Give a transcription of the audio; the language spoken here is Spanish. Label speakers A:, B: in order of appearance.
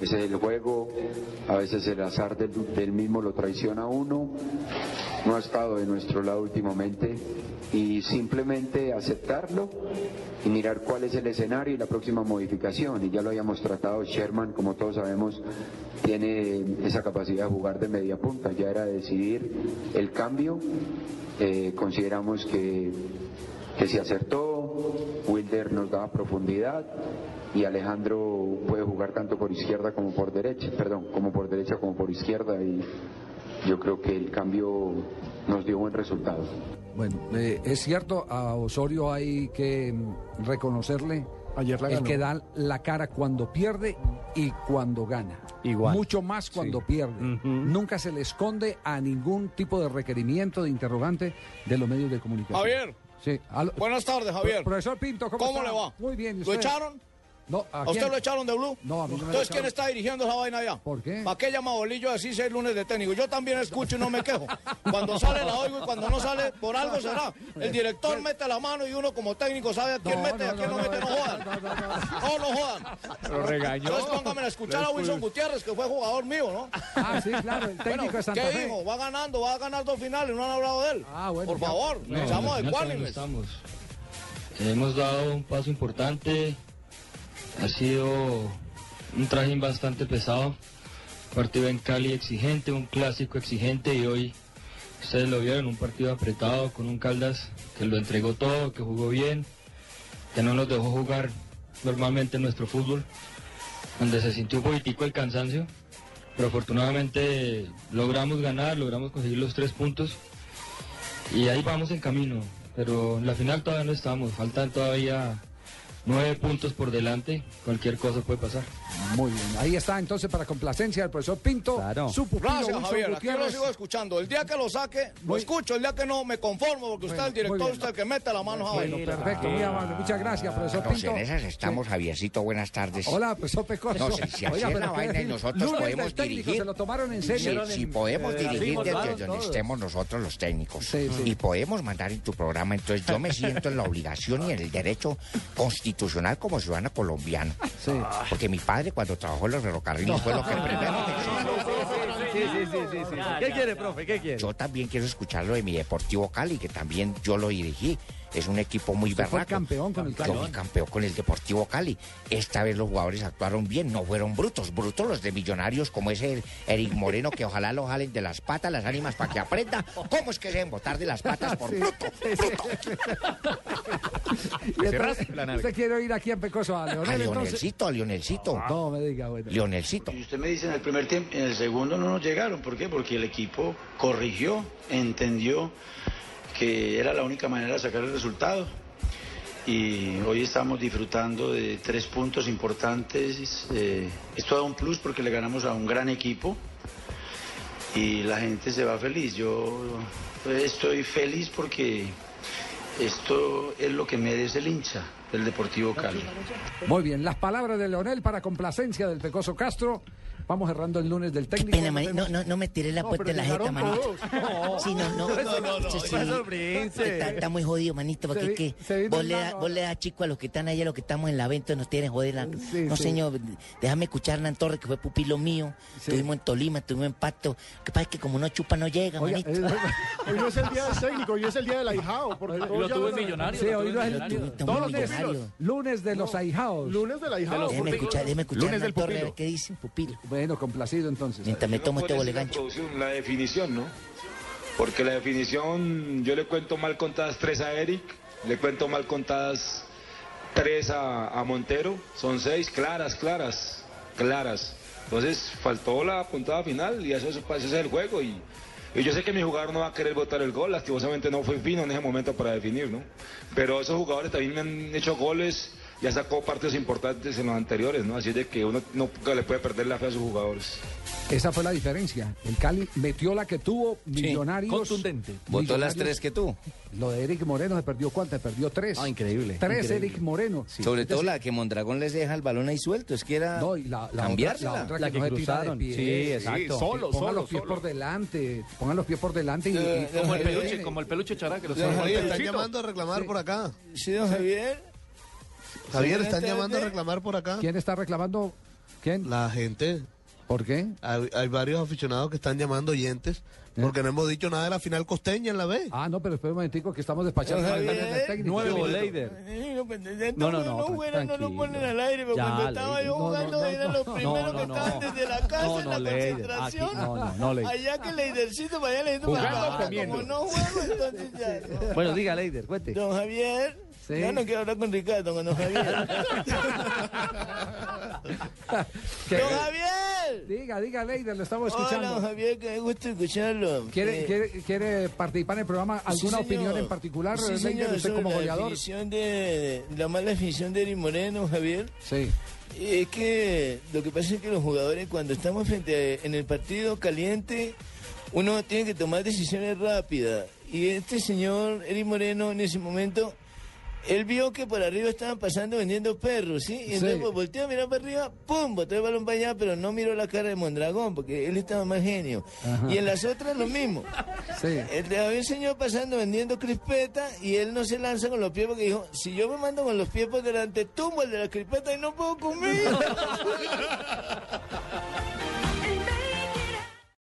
A: Es el juego, a veces el azar del, del mismo lo traiciona a uno, no ha estado de nuestro lado últimamente y simplemente aceptarlo y mirar cuál es el escenario y la próxima modificación. Y ya lo habíamos tratado, Sherman, como todos sabemos, tiene esa capacidad de jugar de media punta, ya era decidir el cambio, eh, consideramos que, que se acertó, Wilder nos daba profundidad y Alejandro puede jugar tanto por izquierda como por derecha, perdón, como por derecha como por izquierda y yo creo que el cambio nos dio buen resultado.
B: Bueno, eh, es cierto, a Osorio hay que mm, reconocerle
C: Ayer la
B: el
C: ganó.
B: que da la cara cuando pierde y cuando gana.
D: Igual.
B: Mucho más cuando pierde. Nunca se le esconde a ningún tipo de requerimiento, de interrogante de los medios de comunicación.
E: Javier.
B: Sí, aló.
E: Buenas tardes, Javier.
B: Pro- profesor Pinto, ¿cómo,
E: ¿Cómo
B: está?
E: le va?
B: Muy bien. ¿y
E: ¿Lo
B: usted?
E: echaron?
B: No, ¿a,
E: ¿A usted
B: quién?
E: lo echaron de Blue?
B: No, a mí no me lo
E: Entonces,
B: echaron.
E: ¿quién está dirigiendo esa vaina allá?
B: ¿Por qué?
E: ¿Para qué llama bolillo así seis lunes de técnico? Yo también escucho y no me quejo. Cuando sale la oigo y cuando no sale, por algo será. El director mete la mano y uno como técnico sabe a
B: No,
E: quién mete y a
B: no,
E: quién no,
B: no,
E: mete. No,
B: no,
E: jodan.
B: no, no,
E: No, no jodan.
D: Lo regañó.
E: Entonces, póngame a escuchar a Wilson Gutiérrez, que fue jugador mío, ¿no?
B: Ah, sí, claro, el técnico
E: Bueno,
B: de Santa
E: ¿Qué
B: Fe.
E: dijo? Va ganando, va a ganar dos finales, no han hablado de él.
B: Ah, bueno,
E: Por
B: ya.
E: favor,
F: No,
E: seamos
F: al final todavía no
E: ecuánimes.
F: estamos. Hemos dado un paso importante. Ha sido un trajín bastante pesado. Partido en Cali exigente, un clásico exigente y hoy ustedes lo vieron, un partido apretado con un Caldas que lo entregó todo, que jugó bien, que no nos dejó jugar normalmente nuestro fútbol, donde se sintió un poquitico el cansancio, pero afortunadamente logramos ganar, logramos conseguir los tres puntos y ahí vamos en camino, pero en la final todavía no estamos, faltan todavía nueve puntos por delante, cualquier cosa puede pasar.
B: Muy bien, ahí está entonces para complacencia del profesor Pinto,
D: Claro.
B: su pupilo
E: Gracias,
B: Wilson
E: Javier. Aquí lo
B: Gutiérrez.
E: sigo escuchando. El día que lo saque, lo
B: Muy-
E: escucho. El día que no, me conformo, porque usted
B: Bueno,
E: es el director,
B: muy bien.
E: usted es el que mete la mano a
B: Bueno,
E: vaina.
B: perfecto, muy amable. Muchas gracias, profesor
G: Pues
B: Pinto.
G: en esas estamos, Javiercito, buenas tardes.
B: Hola, profesor Pecoso.
G: No, si- si así es la
B: ¿qué
G: vaina y
B: decir?
G: nosotros
B: Lunes del
G: podemos
B: técnico,
G: dirigir.
B: Se lo tomaron en
G: Si,
B: serio.
G: si podemos dirigir este
D: racimos,
G: desde
D: vamos,
G: donde
D: todos.
G: estemos nosotros los técnicos
B: Sí, sí.
G: y podemos mandar en tu programa, entonces yo me siento en la obligación y en el derecho constitucional como ciudadano colombiano.
B: Sí.
G: Porque mi padre cuando trabajó en los ferrocarriles fue lo que primero pensó.
D: Sí, sí, sí, sí, sí. ¿Qué quiere, profe? ¿Qué quiere?
G: Yo también quiero escuchar lo de mi Deportivo Cali, que también yo lo dirigí. Es un equipo muy
B: Usted fue
G: berraco.
B: campeón con el Cali.
G: Yo fui campeón con el Deportivo Cali. Esta vez los jugadores actuaron bien, no fueron brutos. Brutos los de millonarios como ese Eric Moreno, que ojalá lo jalen de las patas las ánimas para que aprenda cómo es que se deben botar de las patas por bruto.
B: Y entonces, ¿Usted quiere ir aquí en Pecoso a
G: A
B: Leonel entonces?
G: Lionelcito, a Lionelcito.
B: No me diga, bueno.
G: Lionelcito.
H: Y usted me dice en el primer tiempo, en el segundo no nos llegaron. ¿Por qué? Porque el equipo corrigió, entendió que era la única manera de sacar el resultado. Y hoy estamos disfrutando de tres puntos importantes. eh, esto da un plus porque le ganamos a un gran equipo y la gente se va feliz. Yo pues, estoy feliz porque esto es lo que merece el hincha del Deportivo Cali.
B: Muy bien, las palabras de Leonel para complacencia del Pecoso Castro. Vamos cerrando el lunes del técnico.
I: Pena, mani- no, no, no me tiré la
C: No,
I: puerta
C: pero
I: en la jeta,
C: llegaron
I: manito.
C: todos.
I: Sí, no, no. Sí, sí.
D: Profesor Prince.
I: Está, está muy jodido, manito,
B: Se
I: porque
B: vi-
I: es que
B: se vino
I: vos
B: el
I: le, da-
B: nano.
I: vos le das chico a los que están allá, los que estamos en la venta, nos tienen joder. la-
B: Sí,
I: no,
B: sí.
I: señor, déjame escuchar a Hernán Torres, que fue pupilo mío.
B: Sí.
I: Estuvimos en Tolima, estuvimos en Pacto. Lo que pasa es que como no chupa, no llega,
B: Oiga,
I: manito.
B: eh,
C: Hoy no es el día del técnico, hoy es el día del ahijado. Porque todos ya van a-
B: sí, hoy no es el
I: Estamos
C: todos los días,
I: millonarios.
B: lunes de los ahijados.
C: Lunes del ahijado.
I: Déjame escuchar, déjame escuchar a
D: Lunes del
I: Hernán Torres,
D: pupilo.
I: a ver qué dice un pupilo.
B: Bueno, complacido entonces.
I: Mientras me tomo este bolegancho.
J: La definición, ¿no? Porque la definición, yo le cuento mal contadas tres a Eric, le cuento mal contadas tres a, a Montero, son seis claras, claras, claras. Entonces faltó la puntada final y eso, es- eso es el juego. Y, y yo sé que mi jugador no va a querer votar el gol, lastimosamente no fue fino en ese momento para definir, ¿no? Pero esos jugadores también me han hecho goles, ya sacó partidos importantes en los anteriores, ¿no? Así es de que uno no le puede perder la fe a sus jugadores.
B: Esa fue la diferencia. El Cali metió la que tuvo Millonarios.
D: contundente.
B: Millonarios-
G: que tú.
B: Lo de Eric Moreno se perdió cuántas, perdió tres.
D: Ah, increíble,
B: Tres
D: increíble.
B: Eric Moreno. Es decir,
G: la que Mondragón les deja el balón ahí suelto. Es que era
B: No, y la, la otra, la otra
D: La
B: que,
D: que
B: no se tira de
D: cruzaron.
B: pie.
D: Sí, exacto.
C: Solo,
B: pongan
C: solo,
B: los pies
C: solo.
B: por delante, pongan los pies por delante y, y-
H: Como el
B: y-
H: peluche,
B: y-
D: Eh, el peluche chará que lo
C: están llamando a reclamar por acá.
H: Sí, don Javier.
C: Javier, están llamando a reclamar por acá.
B: ¿Quién está reclamando? ¿Quién?
K: La gente.
B: ¿Por qué?
K: Hay, hay varios aficionados que están llamando oyentes porque no hemos dicho nada de la final costeña en la B.
B: Ah, no, pero espera un momentico que estamos despachando.
K: Javier,
B: al manager técnico.
K: nuevo
B: No, no, no,
E: No, bueno, no lo
B: tranquilo.
E: ponen al aire, pero
B: Ya,
E: cuando estaba
B: Leider.
E: yo
B: No, no,
E: jugando,
B: no,
E: eran
B: no,
E: los
B: no,
E: primeros
B: no,
E: que
B: no.
E: estaban desde la casa
B: No,
E: en
B: no,
E: la
B: Leider,
E: concentración.
B: aquí, no, no, no, Leider.
E: Allá que Leidercito para allá, Leidercito para
D: Jugando
E: acá.
D: o
E: Ahora,
D: comiendo.
E: Como no juego, entonces ya. no.
D: Bueno, diga, Leider, cuente.
E: Don Javier,
D: Sí.
E: yo no quiero hablar con Ricardo, con don Javier.
B: ¿Qué?
E: ¡Don Javier!
B: Diga, diga, Leider, lo estamos
E: Hola,
B: escuchando.
E: don Javier, qué gusto escucharlo.
B: ¿Quiere,
E: Eh,
B: quiere, quiere participar en el programa?
E: Sí,
B: ¿Alguna
E: señor.
B: opinión en particular,
E: Sí,
B: Leider,
E: señor,
B: usted
E: sobre
B: como
E: la
B: goleador?
E: definición de, la mala definición de Eri Moreno, Javier.
B: Sí.
E: Es que lo que pasa es que los jugadores cuando estamos frente a- en el partido caliente, uno tiene que tomar decisiones rápidas. Y este señor, Eri Moreno, en ese momento, él vio que por arriba estaban pasando vendiendo perros, ¿sí? Y entonces
B: Sí.
E: pues, volteó a mirar para arriba, ¡pum! Botó el balón para allá, pero no miró la cara de Mondragón, porque él estaba más genio.
B: Ajá.
E: Y en las otras lo mismo.
B: Sí.
E: El de Eh, había un señor pasando vendiendo crispeta y él no se lanza con los pies porque dijo, si yo me mando con los pies por delante, tumbo el de la crispeta y no puedo comer.